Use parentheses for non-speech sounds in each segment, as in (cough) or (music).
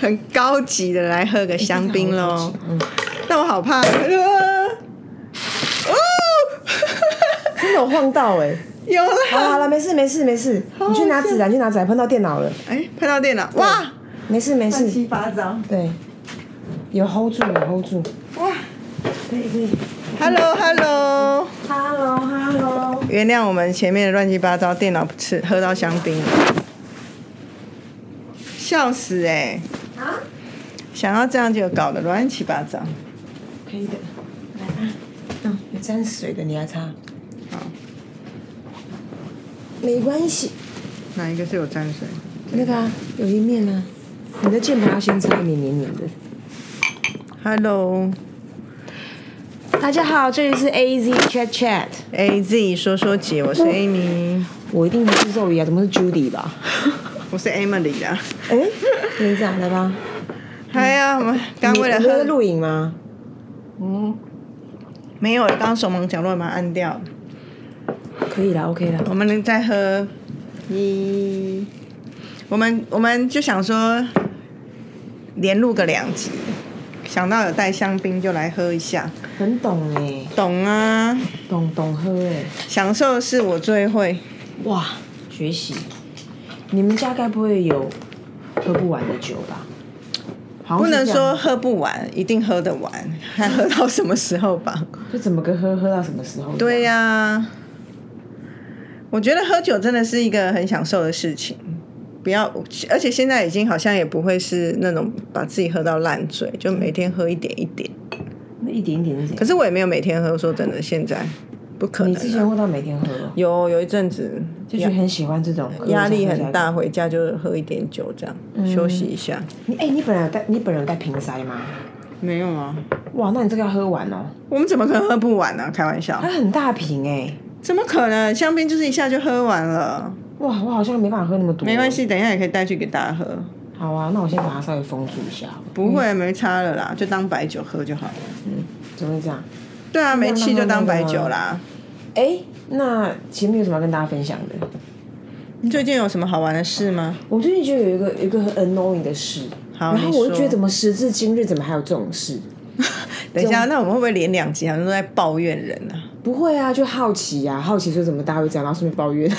很高级的来喝个香槟喽。嗯，但哎我好怕， (laughs) 呃哦，真的有晃到哎、欸。有好了了，好了，没事没事没事，你去拿纸来，去拿纸来，碰到电脑了，哎，拍到电脑，哇没事没事，七八张，对，有 hold 住有 hold 住，哇可以可以。 ，Hello Hello， Hello Hello，原谅我们前面的乱七八糟，电脑吃喝到香槟了，笑死哎、啊，想要这样就搞得乱七八糟。可以的，来吧。嗯，有沾水的你来擦，好，没关系。哪一个是有沾水？那个啊，有一面啊，你的键盘要先擦，黏黏黏的。 Hello 大家好，这里是 AZ Chat Chat， A Z 说说姐，我是 Amy，我一定不是肉鱼啊，怎么是 Judy 吧？我是 Emily 啊。哎、你这样来吧。嗨呀，我们刚为了你你在喝，录影吗？嗯，没有，刚刚手忙脚乱把它按掉了。可以啦，OK 啦。我们在喝一，我们我们就想说连录个两集，想到有带香槟就来喝一下，很懂哎、欸，懂啊？懂懂喝哎、享受是我最会，哇，学习！你们家该不会有喝不完的酒吧？好不像能是这说样，喝不完，一定喝得完，看喝到什么时候吧。就怎么个喝喝到什么时候？对、呀、我觉得喝酒真的是一个很享受的事情。不要，而且现在已经好像也不会是那种把自己喝到烂醉，就每天喝一点一点。那一点一点是怎可样？是我也没有每天喝，说真的，现在不可你能之啊。前会到每天喝哦，有有一阵子就觉得很喜欢这种喝压力喝下很去嗯大，回家就喝一点酒这样、休息一下。你哎、你本来有带你本人有带瓶塞吗？没有啊，哇，那你这个要喝完哦，我们怎么可能喝不完呢、开玩笑它，很大瓶哎、怎么可能？香槟就是一下就喝完了，哇，我好像没办法喝那么多。哦没关，系，等一下也可以带去给大家喝。好啊，那我先把它稍微封住一下好了。不会，没差了啦，就当白酒喝就好了。怎么会这样？对啊，没气就当白酒啦。哎、那前面有什么要跟大家分享的？你最近有什么好玩的事 (laughs) 吗？我最近觉得有一个有一个很 annoying 的事，好然后我你就说觉得怎么时至今日怎么还有这种事？等一下，那我们会不会连两集好像都在抱怨人啊？不会啊，就好奇呀、好奇说怎么大家会这样，然后顺便抱怨。 (laughs)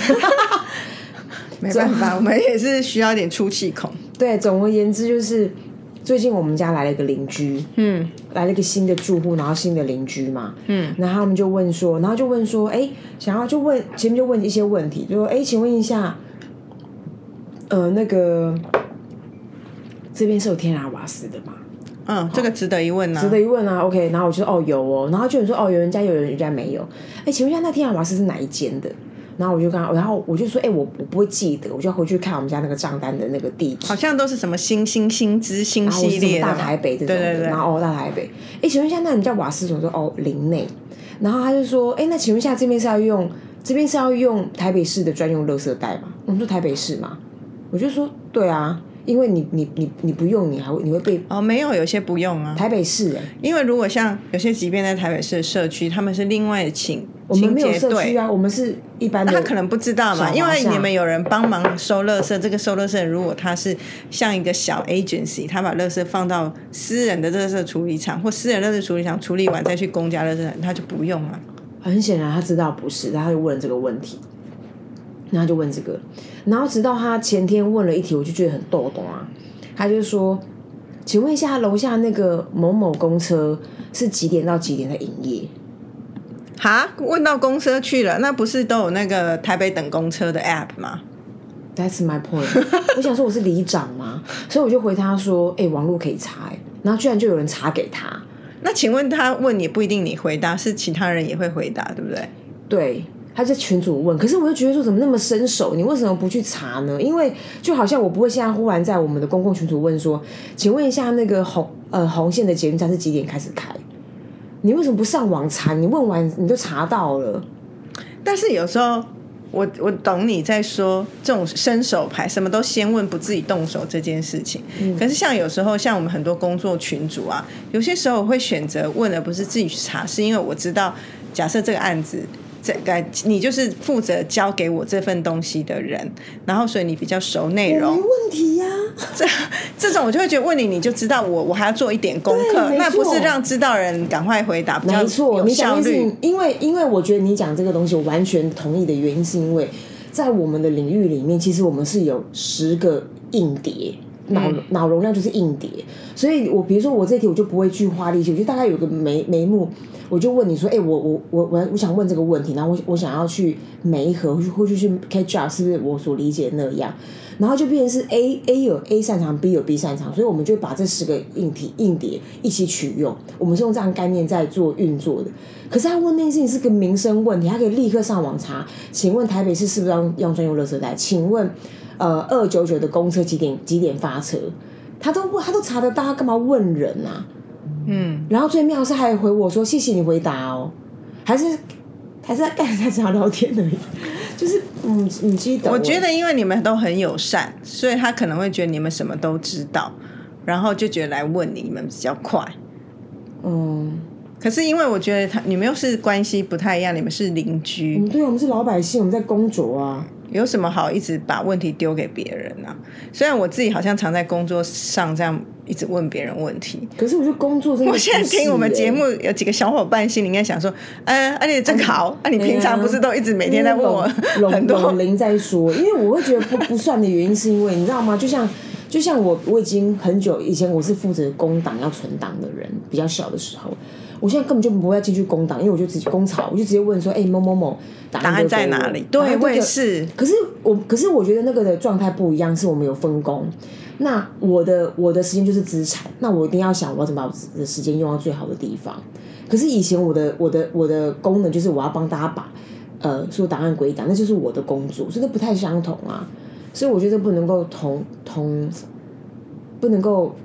没办法，我们也是需要一点出气孔。对，总而言之就是，最近我们家来了一个邻居，嗯，来了一个新的住户，然后新的邻居嘛，嗯，然后他们就问说，然后就问说，哎，想要就问前面就问一些问题，就说，哎，请问一下，呃，那个这边是有天然瓦斯的吗？嗯，这个值得一问呐、值得一问啊，OK，然后我就说哦有哦，然后就有人说哦有人家有人家没有，哎，请问一下那天然瓦斯是哪一间的？然后我就跟他，然后我就说，哎，我我不会记得，我就回去看我们家那个账单的那个地址好，像都是什么新新新之新然后系啊是什列么的嘛，大台北这种对的，对对然，后哦大台北，哎，请问一下，那你叫瓦斯总说哦林内，然后他就说，哎，那请问一下这边是要用这边是要用台北市的专用垃圾袋吗？我们说台北市嘛，我就说对啊，因为你你你你不用你还会你会被哦，没有，有些不用啊，台北市哎、因为如果像有些即便在台北市的社区，他们是另外请我们清没有洁社区队。啊，我们是一般的，他可能不知道嘛，小因华为夏你们有人帮忙收垃圾，这个收垃圾如果他是像一个小 agency，他把垃圾放到私人的垃圾处理厂或私人垃圾处理厂处理完再去公家垃圾场，他就不用了。很显然他知道不是，然后他就问了这个问题，然后就问这个，然后直到他前天问了一题，我就觉得很逗懂啊，他就说，请问一下楼下那个某某公车是几点到几点在营业？哈，问到公车去了，那不是都有那个台北等公车的 app 吗？ That's my point 。我想说我是里长嘛，所以我就回他说：“哎、网络可以查、欸。”然后居然就有人查给他。那请问他问也不一定你回答，是其他人也会回答，对不对？对，他在群主问，可是我就觉得说怎么那么生手，你为什么不去查呢？因为就好像我不会现在忽然在我们的公共群组问说，请问一下那个红呃红线的捷运站是几点开始开？你为什么不上网查？你问完你就查到了，但是有时候我我懂你在说这种伸手牌，什么都先问不自己动手这件事情。嗯可是像有时候像我们很多工作群组啊，有些时候我会选择问，而不是自己去查，是因为我知道，假设这个案子。这个你就是负责交给我这份东西的人，然后所以你比较熟内没容。问题呀、这 (laughs) 这种我就会觉得问你，你就知道我我还要做一点功课，对没那不错是让知道人赶快回答，比较没错，有你效讲的是率。，因为因为我觉得你讲这个东西，我完全同意的原因是因为在我们的领域里面，其实我们是有十个硬碟。脑脑容量就是硬碟，所以我比如说我这题我就不会去花力气，我就大概有个眉眉目，我就问你说，哎、我我我我我想问这个问题，然后我我想要去每一盒去或去去 catch up，是不是我所理解的那样？然后就变成是 A A 有 A 擅长，B 有 B 擅长，所以我们就把这十个硬体硬碟一起取用，我们是用这样概念在做运作的。可是他问那件事情是个民生问题，他可以立刻上网查，请问台北市是不是要用专用垃圾袋？请问呃二九九的公车几点几点发车？他都他都查得到，他干嘛问人啊？嗯，然后最妙是还回我说谢谢你回答哦，还是还是在干在想聊天而已， (laughs) 就是嗯你记得我觉得因为你们都很友善，所以他可能会觉得你们什么都知道，然后就觉得来问你，你们比较快。嗯。可是因为我觉得他你们又是关系不太一样，你们是邻居，嗯，对，我们是老百姓，我们在工作啊。有什么好一直把问题丢给别人呢、啊？虽然我自己好像常在工作上这样一直问别人问题。可是我觉啊得工作真的、我现在听我们节，目有几个小伙伴心里应该想说，呃，而且正嗯好，啊，你平常不是都一直每天在问我因为很龙龙多？玲在说，因为我会觉得不不算的原因，是因为你知道吗？就像就像我我已经很久以前我是负责工党要存档的人，比较小的时候，我现在根本就不会再进去工党，因为我就直接工潮，我就直接问说，哎、某某某答答案案留给在我哪里？然对，后我也啊这个是。可是我，可是我觉得那个的状态不一样，是我们有分工。那我的我的时间就是资产，那我一定要想我要怎么把我的时间用到最好的地方。可是以前我的我的我的功能就是我要帮大家把呃所有答案归档，那就是我的工作，所以那不太相同啊。所以我觉得不能够同同不能够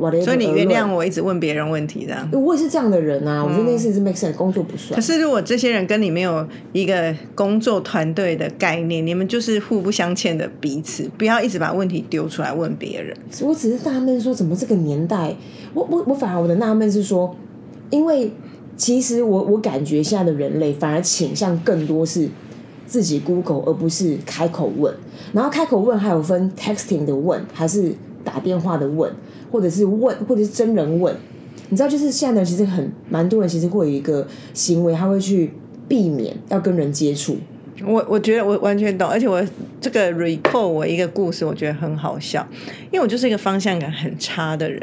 whatever 而论。所以你原谅我嗯一直问别人问题这样。我也是这样的人啊，我觉得那件事情是 make sense，工作不算可。是如果这些人跟你没有一个工作团队的概念，你们就是互不相欠的彼此，不要一直把问题丢出来问别人。我只是纳闷说，怎么这个年代，我我我反而我的纳闷是说，因为其实我我感觉现在的人类反而倾向更多是自己 Google，而不是开口问。然后开口问还有分 texting 的问，还是打电话的问，或者是问，或者是真人问。你知道，就是现在的人其实很蛮多人其实会有一个行为，他会去避免要跟人接触。我我觉得我完全懂，而且我这个 recall 我一个故事，我觉得很好笑，因为我就是一个方向感很差的人。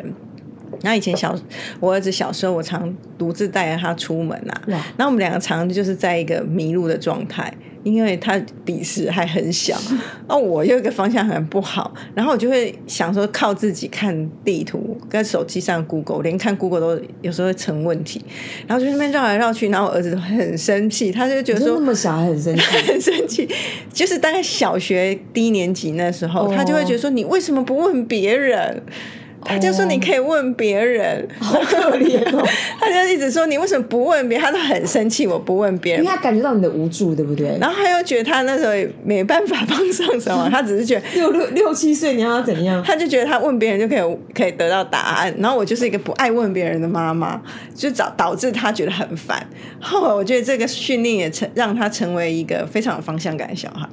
然后以前小我儿子小时候，我常独自带着他出门啊，哇然后我们两个常就是在一个迷路的状态，因为他彼时还很小，哦，我又一个方向很不好，然后我就会想说靠自己看地图，跟手机上 Google，连看 Google 都有时候会成问题，然后就在那边绕来绕去，然后我儿子很生气，他就觉得你说说那么小还很生气，很 (laughs) 生气，就是大概小学低年级那时候，哦他就会觉得说你为什么不问别人？他就说你可以问别人，好可怜哦， (laughs) 他就一直说你为什么不问别人？他都很生气，我不问别因 (laughs) 人为。他感觉到你的无助，对不对？然后他又觉得他那时候也没办法帮上什 (laughs) 么，他只是觉得，六六六七岁，你要他怎样？他就觉得他问别人就可以可以得到答案。然后我就是一个不爱问别人的妈妈，就导导致他觉得很烦。后来我觉得这个训练也成让他成为一个非常有方向感的小孩。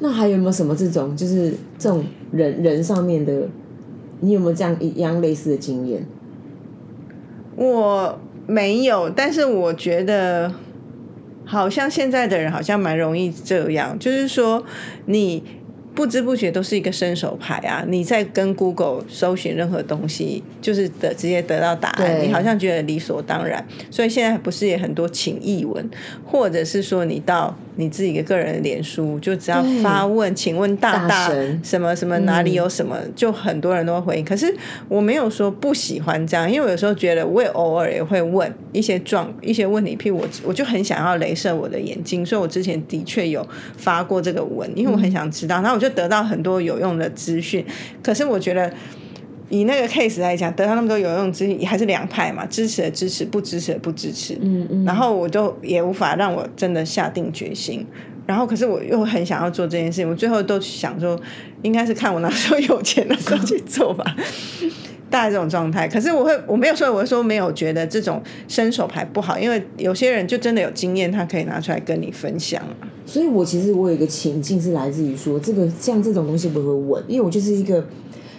那还有没有什么这种，就是这种人人上面的，你有没有这样一样类似的经验？我没有，但是我觉得好像现在的人好像蛮容易这样，就是说你不知不觉都是一个伸手牌啊！你在跟 Google 搜寻任何东西，就是得直接得到答案，对你好像觉得理所当然。所以现在不是也很多请译文，或者是说你到你自己的个人的脸书，就只要对发问，请问大大嗯大神什么什么哪里有什么，就很多人都会回应。可是我没有说不喜欢这样，因为我有时候觉得我也偶尔也会问一些状一些问题，譬如我我就很想要镭射我的眼睛，所以我之前的确有发过这个文，因为嗯我很想知道，然后我就得到很多有用的资讯。可是我觉得。以那个 case 来讲，得到那么多有用的资讯，还是两派嘛，支持的支持，不支持的不支持。嗯嗯，然后我就也无法让我真的下定决心。然后，可是我又很想要做这件事情，我最后都想说，应该是看我那时候有钱的时候去做吧。大概这种状态。可是我会，我没有说，我说没有觉得这种伸手牌不好，因为有些人就真的有经验，他可以拿出来跟你分享啊。所以我其实我有一个情境是来自于说，这个像这种东西我也会问，因为我就是一个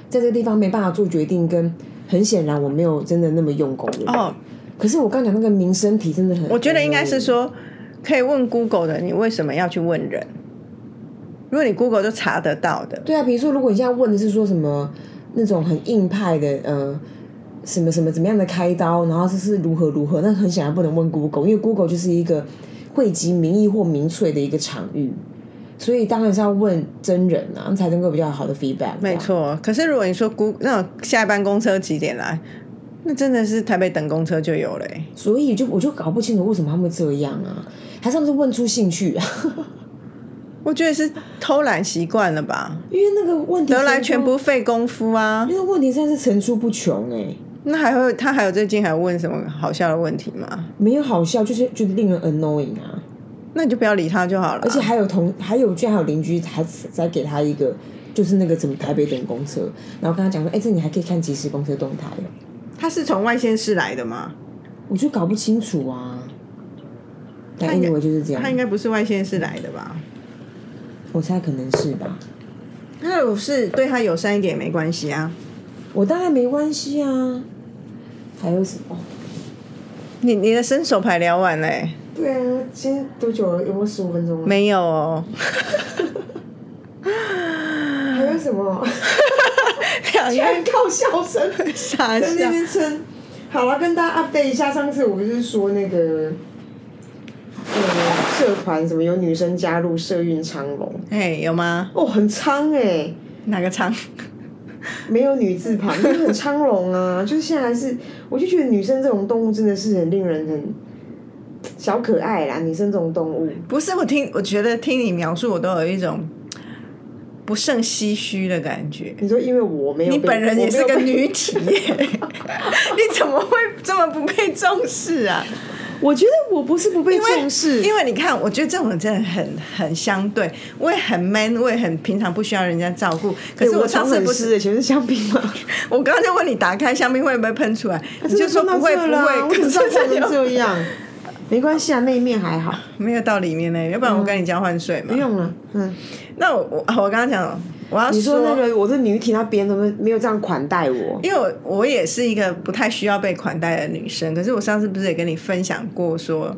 在这个地方没办法做决定，跟很显然我没有真的那么用功的人。哦，可是我刚讲那个民生题真的很，我觉得应该是说，可以问 Google 的，你为什么要去问人？如果你 Google 就查得到的，对啊，比如说，如果你现在问的是说什么那种很硬派的，呃，什么什么怎么样的开刀，然后这是如何如何，那很显然不能问 Google，因为 Google 就是一个汇集民意或民粹的一个场域，所以当然是要问真人啊，才能够比较好的 feedback。没，错。可是如果你说 Google 那种下一班公车几点来，那真的是台北等公车就有了、欸。所以就我就搞不清楚为什么他们会这样啊，还是他们是问出兴趣啊？ (laughs) 我觉得是偷懒习惯了吧，因为那个问题得来层出全，不费工夫啊。因为问题真的是层出不穷哎、那还会他还有最近还问什么好笑的问题吗？没有好笑，就是就令人 annoying 啊。那你就不要理他就好了。而且还有同还有居然还有邻居还再给他一个，就是那个怎么台北等公车，然后跟他讲说，哎、这你还可以看即时公车动态哦，他是从外县市来的吗？我就搞不清楚啊。但应该 anyway 就是这他应样，该不是外县市来的吧？我猜可能是吧。他如果是对他友善一点也没关系啊。我当然没关系啊。还有什么？你你的伸手牌聊完嘞、欸对啊，今天多久了？有没有十五分钟？没有哦， (laughs) 还有什么？ (laughs) 两个人靠笑 (laughs) 声。傻在那笑。边撑。好了，跟大家 update 一下，上次我不是说那个，呃，社团什么有女生加入社运昌隆，哎，有吗？哦，很昌哎、哪个仓？没有女字旁，就是很昌隆 (laughs) 啊，就是现在还是，我就觉得女生这种动物真的是很令人很小可爱啦，女生这种动物，不是，我听我觉得听你描述，我都有一种不胜唏嘘的感觉。你说因为我没有被，你本人也是我没个有被女体 (laughs) 耶，你怎么会这么不被重视啊？我觉得我不是不被因为重视，因为你看，我觉得这种人真的很很相对，我也很 man，我也很平常，不需要人家照顾。可是对我上次常不很是，湿的全是香槟嘛，我刚刚就问你打开香槟会不会喷出来，你就说不会不会，啊我可怎是么知道真的成有这样？没关系啊，那一面还好， (laughs) 没有到里面呢，要不然我跟你交换税嘛不。用了。嗯，那我我我刚刚讲了，我要你说那个我是女体，那别人怎么没有这样款待我？因为我我也是一个不太需要被款待的女生，可是我上次不是也跟你分享过说。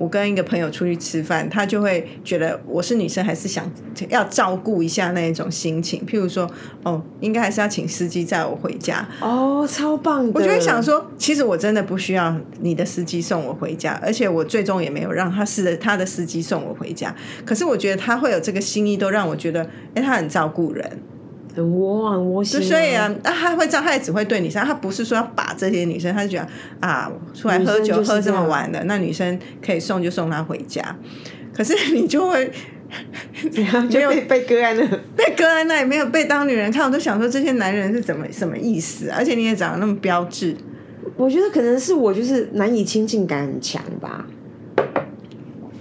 我跟一个朋友出去吃饭，他就会觉得我是女生，还是想要照顾一下那一种心情。譬如说，哦，应该还是要请司机载我回家。哦，超棒的！我我就会想，说，其实我真的不需要你的司机送我回家，而且我最终也没有让他是他的司机送我回家。可是我觉得他会有这个心意，都让我觉得，哎，他很照顾人。很窝啊，很窝心、所以啊，，那、他会这样，他也只会对女生，他不是说要把这些女生，他就觉得啊，出来喝女生酒就是喝这么这样晚了，那女生可以送就送她回家。可是 (laughs) 你就会 (laughs) 就被被割在那。被搁在那里，没有被当女人看，我都想说这些男人是怎么什么意思？啊而且你也长得那么标致，我觉得可能是我就是难以亲近感很强吧，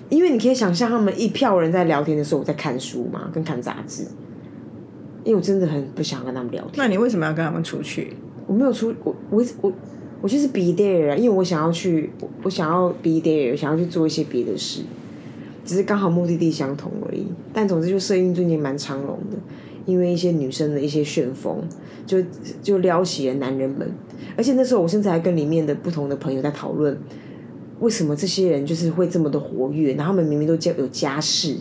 因为你可以想象他们一票人在聊天的时候，我在看书嘛，跟看杂志。因为我真的很不想跟他们聊天，那你为什么要跟他们出去？我没有出我我我我就是 be there，啊因为我想要去我我想要 be there，想要去做一些别的事，只是刚好目的地相同而已。但总之就社运最近蛮长龙的，因为一些女生的一些旋风，就就撩起了男人们。而且那时候我甚至还跟里面的不同的朋友在讨论，为什么这些人就是会这么的活跃，然后他们明明都家有家室，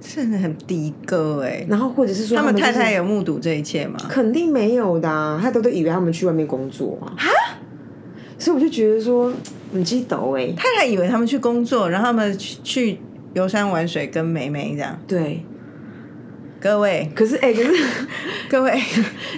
真的很低歌哎、然后或者是说他们就是太太有目睹这一切吗？肯定没有的、啊，他都都以为他们去外面工作啊。所以我就觉得说，你记得哎，太太以为他们去工作，然后他们去去游山玩水跟梅梅这样。对。各位，可是哎、可是 (laughs) 各位，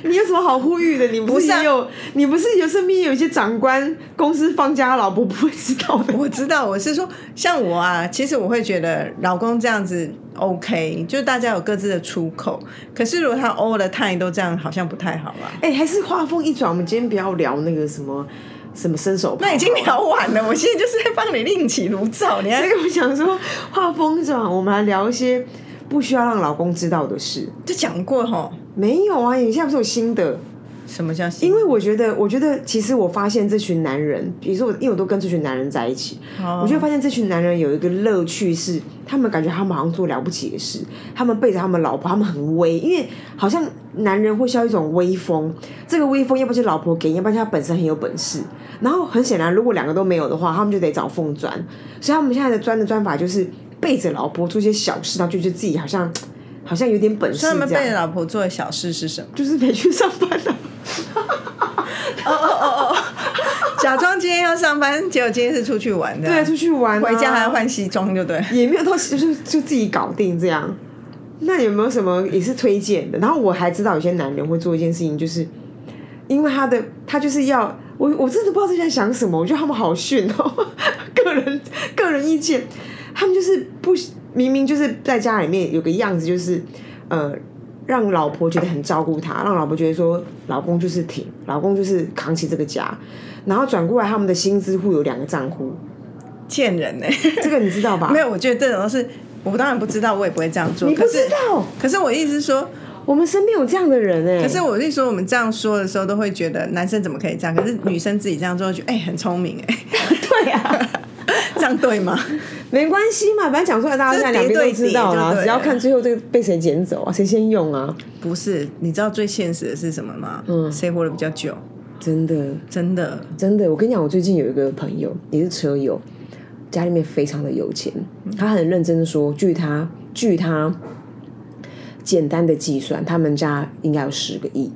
你有什么好呼吁的？你不是不是啊也有，你不是有身边有一些长官公司放假，老婆不会知道 (laughs) 的。我知道，我是说，像我啊，其实我会觉得老公这样子 OK，就大家有各自的出口。可是如果他 all the time 都这样，好像不太好啊吧？哎、还是话锋一转，我们今天不要聊那个什么什么伸手牌。那已经 (laughs) 聊完了，我现在就是在帮你另起炉灶，你所还以哎我想说，话锋一转，我们来聊一些不需要让老公知道的事。就讲过吼，没有啊，你现在不是有新的？什么叫因为因为我觉得，我觉得其实我发现这群男人，比如说我，因为我都跟这群男人在一起，哦我就发现这群男人有一个乐趣是，他们感觉他们好像做了不起的事，他们背着他们老婆，他们很威，因为好像男人会需要一种威风，这个威风要不就是老婆给，要不然就是他本身很有本事。然后很显然，如果两个都没有的话，他们就得找缝钻，所以他们现在的钻的钻法就是背着老婆做一些小事，然后就觉得自己好像好像有点本事他们这被样，老婆做的小事是什么？就是没去上班了、哦哦哦哦，假装今天要上班，结果今天是出去玩的。对，出去玩、啊啊回家还要。换西装，就对。也没有到就是就自己搞定这样。那有没有什么也是推荐的？然后我还知道有些男人会做一件事情，就是因为他的他就是要我我真的不知道这在想什么，我觉得他们好逊哦， (laughs) 个人个人意见，他们就是不明明就是在家里面有个样子，就是呃让老婆觉得很照顾他，让老婆觉得说老公就是挺，老公就是扛起这个家，然后转过来他们的薪资户有两个账户，贱人呢、 (laughs) 这个你知道吧？没有，我觉得这种都是我当然不知道，我也不会这样做。你不可是知道。可是我意思是说，我们身边有这样的人哎、可是我是说，我们这样说的时候，都会觉得男生怎么可以这样？可是女生自己这样做，就哎、很聪明哎、(laughs) (laughs) 对啊，这样对吗？没关系嘛，反正讲出来大家现在两边都知道啦，这是叠对叠就对了只要看最后这个被谁捡走啊，谁先用啊，不是，你知道最现实的是什么吗？嗯谁活得比较久？真的真的，真的，我跟你讲，我最近有一个朋友也是车友，家里面非常的有钱，他很认真的说，据他据他简单的计算，他们家应该有十个亿。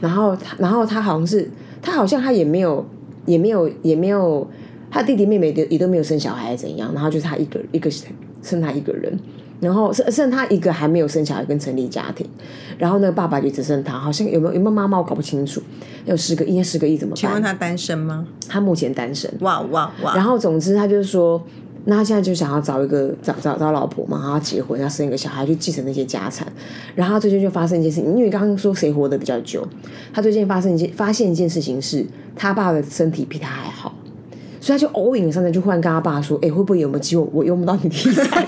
然后他，然后他好像是，他好像他也没有，也没有，也没有，他弟弟妹妹的也都没有生小孩怎样，然后就是他一个一个剩他一个人，然后剩剩他一个还没有生小孩跟成立家庭，然后那个爸爸就只剩他，好像有没有有没有妈妈我搞不清楚，有十个亿，十个亿怎么请问办？他单身吗？他目前单身，哇哇哇！然后总之他就是说，那他现在就想要找一个找找找老婆嘛，然后结婚，要生一个小孩去继承那些家产。然后他最近就发生一件事情，因为刚刚说谁活得比较久，他最近发生一件发现一件事情是，他爸的身体比他还好。所以他就偶影上来就忽然跟他爸说：“哎、会不会有没有机会我用不到你的题材？”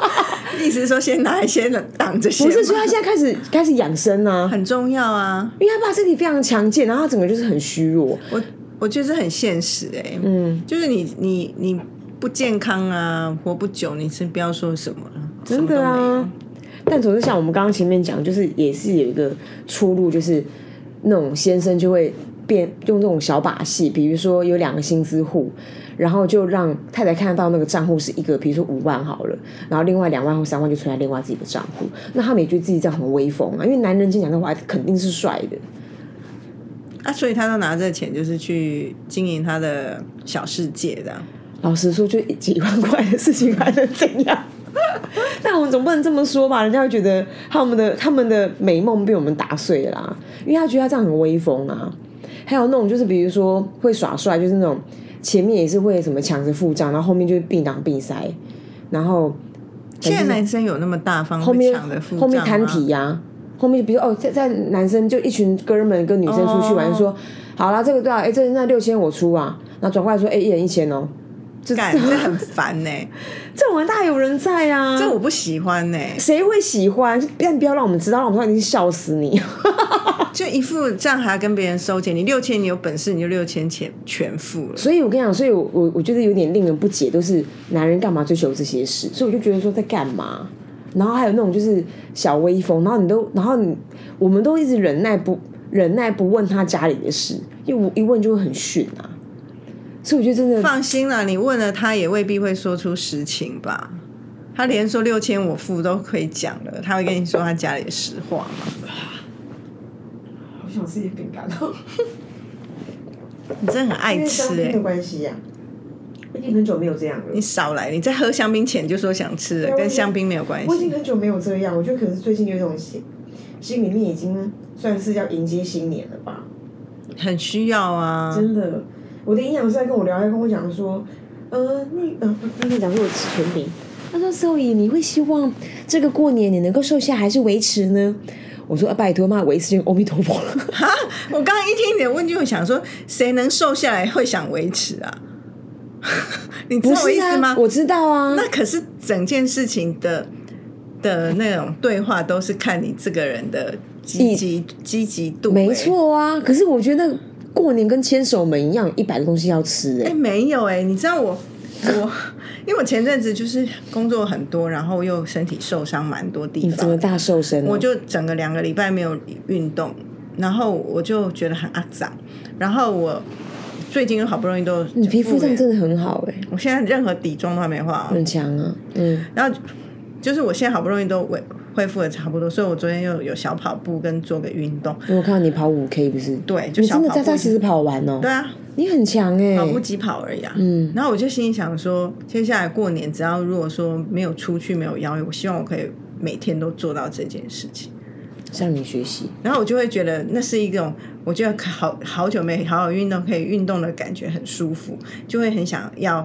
(laughs) 意思是说，先拿一些挡着先 (laughs) 不吗，是，所以他现在开始开始养生啊，很重要啊。因为他爸身体非常强健，然后他整个就是很虚弱。我我觉得这很现实哎、嗯，就是你你你不健康啊，活不久，你是不要说什么了，什真的么都没啊有。但总是像我们刚刚前面讲，就是也是有一个出路，就是那种先生就会变用这种小把戏，比如说有两个薪资户，然后就让太太看到那个账户是一个，比如说五万好了，然后另外两万或三万就存在另外自己的账户，那他们也觉得自己这样很威风啊，因为男人经常的话肯定是帅的，啊，所以他都拿这钱就是去经营他的小世界的啊。老实说，就几万块的事情还能怎样？ (laughs) 但我们总不能这么说吧，人家会觉得他们的他们的美梦被我们打碎啦、因为他觉得他这样很威风啊。还有那种就是比如说会耍帅，就是那种前面也是会什么抢着付账，然后后面就是并挡并塞，然后现在男生有那么大方，后后面抢着付后面账摊吗体呀、后面比如哦，在在男生就一群哥们跟女生出去玩，哦说好啦，这个对啊，哎、这那六千我出啊，然后转过来说，哎、一人一千哦，就干，这很烦 (laughs) 呢、这种人大有人在啊！这我不喜欢呢、谁会喜欢？但不要让我们知道，让我们知道一定笑死你。 (laughs) 就一副这样还要跟别人收钱，你六千你有本事你就六千钱全付了。所以我跟你讲，所以我我我觉得有点令人不解，都是男人干嘛追求这些事？所以我就觉得说在干嘛？然后还有那种就是小微风，然后你都，然后你我们都一直忍耐不忍耐不问他家里的事，因为我一问就会很逊啊。所以我觉得真的放心啦，你问了他也未必会说出实情吧。他连说六千我付都可以讲了，他会跟你说他家里的实话吗？好想吃点饼 (laughs) 干哦，你真的很爱吃哎、关系呀、我已经很久没有这样了你少来！你在喝香槟前就说想吃对了，我已经跟香槟没有关我已经系。很久没有这样，我觉得可能是最近有一种心，心里面已经算是要迎接新年了吧。很需要啊，真的，我的营养师在跟我聊，他跟我讲说，呃，那呃，他跟我讲说我吃全饼，他说 Zoe，你会希望这个过年你能够瘦下还是维持呢？我说啊，拜托妈，维持就阿弥陀佛 (laughs) 了。我刚刚一听你的问句，我想说，谁能瘦下来会想维持啊？ (laughs) 你知不道我意是思吗啊，？我知道啊，那可是整件事情的的那种对话都是看你这个人的积极积极度、欸，没。错啊。可是我觉得过年跟牵手们一样，一百个东西要吃哎、哎、没有哎、你知道我我，因为我前阵子就是工作很多，然后又身体受伤蛮多地你怎方么的，大瘦身、哦？我就整个两个礼拜没有运动，然后我就觉得很阿脏，然后我最近又好不容易都你皮肤复上原真的很好哎、我现在任何底妆都还没化、哦，很强啊，嗯，然后就是我现在好不容易都恢恢复的差不多，所以我昨天又有小跑步跟做个运动，我看到你跑五 K 不是？对，就你小真的跑扎扎步。实实跑完哦、对啊，你很强哎、跑步疾跑而已啊。嗯，然后我就心里想说，接下来过年只要如果说没有出去没有邀约，我希望我可以每天都做到这件事情。向你学习。然后我就会觉得那是一种，我觉得好好久没好好运动，可以运动的感觉很舒服，就会很想要。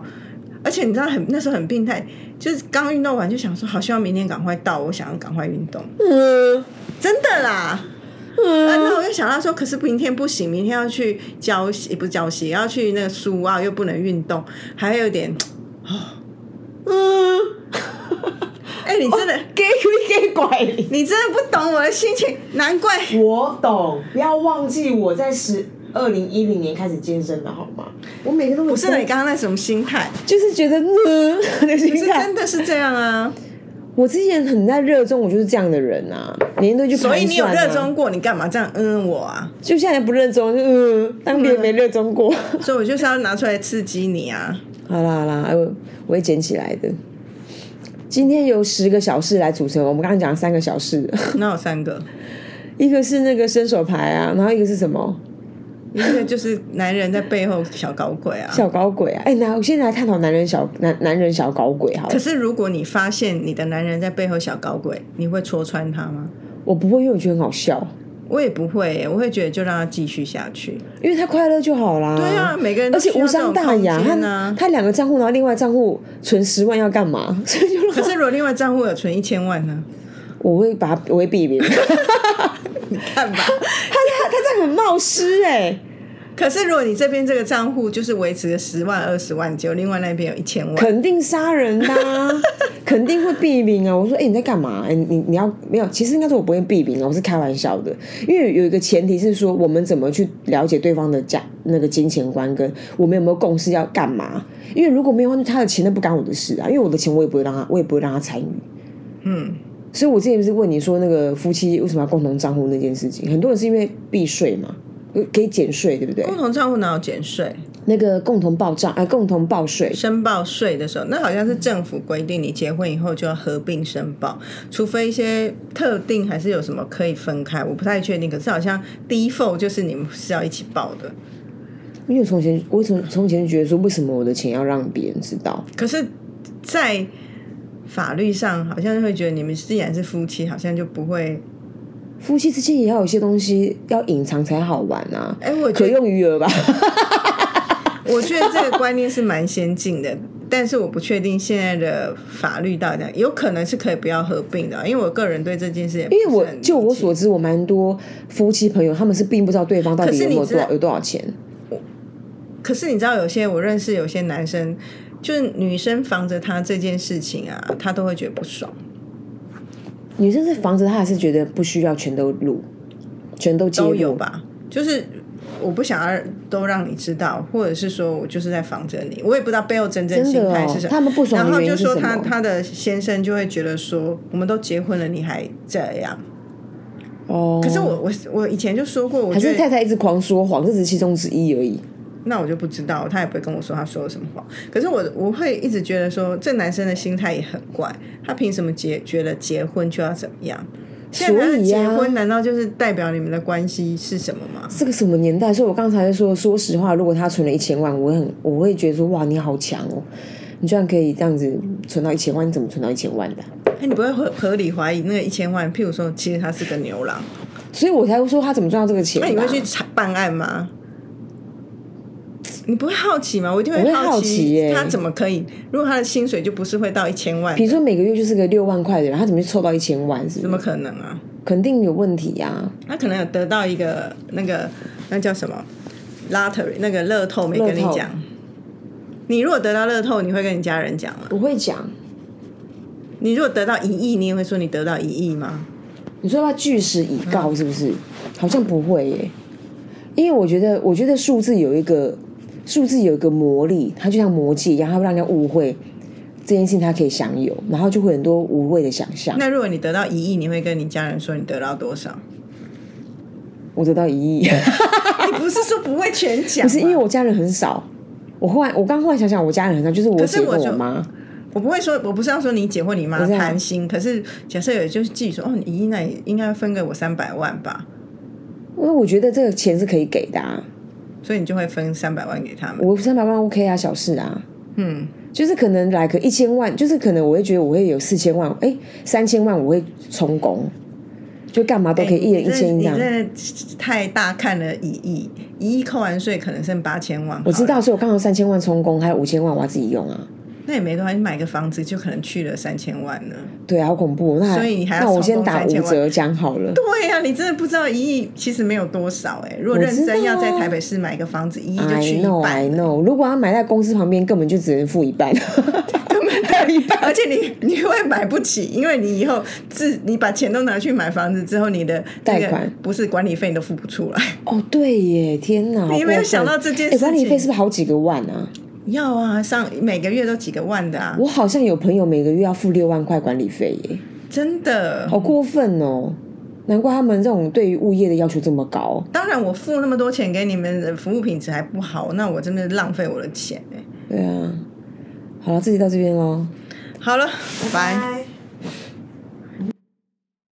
而且你知道很那时候很病态，就是刚运动完就想说，好希望明天赶快到，我想要赶快运动，嗯真的啦。啊嗯，然后我就想到说，可是明天不行，明天要去教习，不是教习，要去那个苏澳，又不能运动，还有点，哦嗯，哎、你真的，给鬼给鬼。你真的不懂我的心情，难怪我懂，不要忘记我在十二零一零年开始健身的好吗？我每天都不不是你刚刚那什么心态，就是觉得 (laughs) 嗯的可心是态真。的是这样 (laughs) 啊。我之前很在热衷，我就是这样的人啊，年都去盘算、啊。所以你有热，衷过，你干嘛这样嗯我啊？就现在不热衷，就嗯，当别人没热衷过。所以我就是要拿出来刺激你 (laughs) 啊！好啦好啦，哎我我会捡起来的。今天由十个小事来组成，我们刚刚讲了三个小事， (laughs) 那有三个，一个是那个伸手牌啊，然后一个是什么一个就是男人在背后小搞鬼啊。小搞鬼啊？哎、那我现在来探讨男人小男男人小搞鬼好了可是如果你发现你的男人在背后小搞鬼，你会戳穿他吗？我不会，因为我觉得很好笑，我也不会耶、我会觉得就让他继续下去。因为他快乐就好啦。对对啊，每个人都而且需要无伤大这雅，种空间他啊。他两个账户，然后另外账户存十万要干嘛？ (laughs) 所以就让可是如果另外账户有存一千万 (laughs) 呢？我会把他，我会避免。他 (laughs) 看吧。他他这样很冒失哎、可是如果你这边这个账户就是维持个十万、二十万，结果另外那边有一千万，肯定杀人 (laughs) 的、啊，肯定会避免啊！我说，哎、你在干嘛？哎、你你要没有？其实应该说我不会避免啊，我是开玩笑的。因为有一个前提是说，我们怎么去了解对方的价那个金钱观，跟我们有没有共识要干嘛？因为如果没有，那他的钱那不干我的事啊，因为我的钱我也不会让他，我也不会让他参与。嗯，所以我之前不是问你说那个夫妻为什么要共同账户那件事情，很多人是因为避税嘛，呃可以减税，对不对？共同账户哪有减税？那个共同报账啊、呃共同报税，申报税的时候，那好像是政府规定你结婚以后就要合并申报，除非一些特定还是有什么可以分开，我不太确定。可是好像 default 就是你们是要一起报的，因为我从前我从从前就觉得说，为什么我的钱要让别人知道？可是，在法律上好像会觉得你们既然是夫妻，好像就不会。夫妻之间也要有一些东西要隐藏才好玩啊，哎、我可觉得用余 (laughs) 额吧？我觉得这个观念是蛮先进的，但是我不确定现在的法律到底哪有可能是可以不要合并的，因为我个人对这件事也不因为是我很理解就我所知，我蛮多夫妻朋友他们是并不知道对方到可底是有没你有知多少道有多少钱。可是你知道，有些我认识有些男生，就是女生防着他这件事情啊，他都会觉得不爽。女生是防着他，还是觉得不需要全都录，全都揭都露有？吧，就是我不想要都让你知道，或者是说我就是在防着你，我也不知道背后真正真心的态哦是什么。他们不爽然的后原就因是说什他么？他的先生就会觉得说，我们都结婚了，你还这样。哦，可是我我我以前就说过，我还觉是得太太一直狂说谎，这只是其中之一而已。那我就不知道，他也不会跟我说他说了什么话。可是我我会一直觉得说，这男生的心态也很怪，他凭什么结觉得结婚就要怎么样？现在所以啊结呀婚难道就是代表你们的关系是什么吗？这个什么年代？所以我刚才就说，说实话，如果他存了一千万，我会很我会觉得说，哇，你好强哦，你居然可以这样子存到一千万，你怎么存到一千万的啊？哎，你不会合合理怀疑那个一千万？譬如说，其实他是个牛郎，所以我才会说他怎么赚到这个钱、那啊。你会去查办案吗？你不会好奇吗？我一定我会好好奇耶他怎么可以？如果他的薪水就不是会到一千万比，如说每个月就是个六万块的人，他怎么去凑到一千万？是怎不么是？可能啊？肯定有问题呀、啊！他可能有得到一个那个那叫什么 lottery 那个乐透没跟你乐透讲。你如果得到乐透，你会跟你家人讲吗？我会讲，你如果得到一亿，你也会说你得到一亿吗？你说要不要据实以嗯告？是不是？好像不会耶，因为我觉得，我觉得数字有一个数字有一个魔力，它就像魔戒一样，它会让人家误会这件事情，它可以享有，然后就会很多无谓的想象。那如果你得到一亿，你会跟你家人说你得到多少？ (laughs) 我得到一亿，你不是说不会全讲吗？不是因为我家人很少。我后来，我刚后来想想，我家人很少，就是我姐是我跟我就妈。我不会说，我不是要说你姐或你妈是啊贪心，可是假设有就是记住说，哦，你一亿那也应该分给我三百万吧，因为我觉得这个钱是可以给的、啊，所以你就会分三百万给他们。我三百万 OK 啊，小事啊，嗯，就是可能来个一千万，就是可能我会觉得我会有四千万，哎，三千万我会充公，就干嘛都可以一人一千哎你这样。这你这太大看了一亿，一亿扣完税可能剩八千万。我知，道，所以我刚好三千万充公，还有五千万我要自己用啊。那也没多少，你买个房子就可能去了三千万呢。对啊，好恐怖！那所以你还要那我先充公打五3000万折讲好了。对呀、你真的不知道一亿其实没有多少哎、如果我认知真要在道台北市买个房子，一亿就 I 去一 know, 半 I。know。如果要买在公司旁边，根本就只能付 (laughs) 一半，根本还有一半。而且你你会买不起，因为你以后自你把钱都拿去买房子之后，你的那个贷款不是管理费你都付不出来。 (laughs) 哦，对耶！天哪，你有没有想到这件事哎，管理情费是不是好几个万啊？要啊，上每个月都几个万的啊，我好像有朋友每个月要付六万块管理费耶，真的。好过分哦！难怪他们这种对于物业的要求这么高。当然，我付那么多钱给你们，呃服务品质还不好，那我真的是浪费我的钱哎、对啊，好了，这集到这边喽。好了，拜拜。拜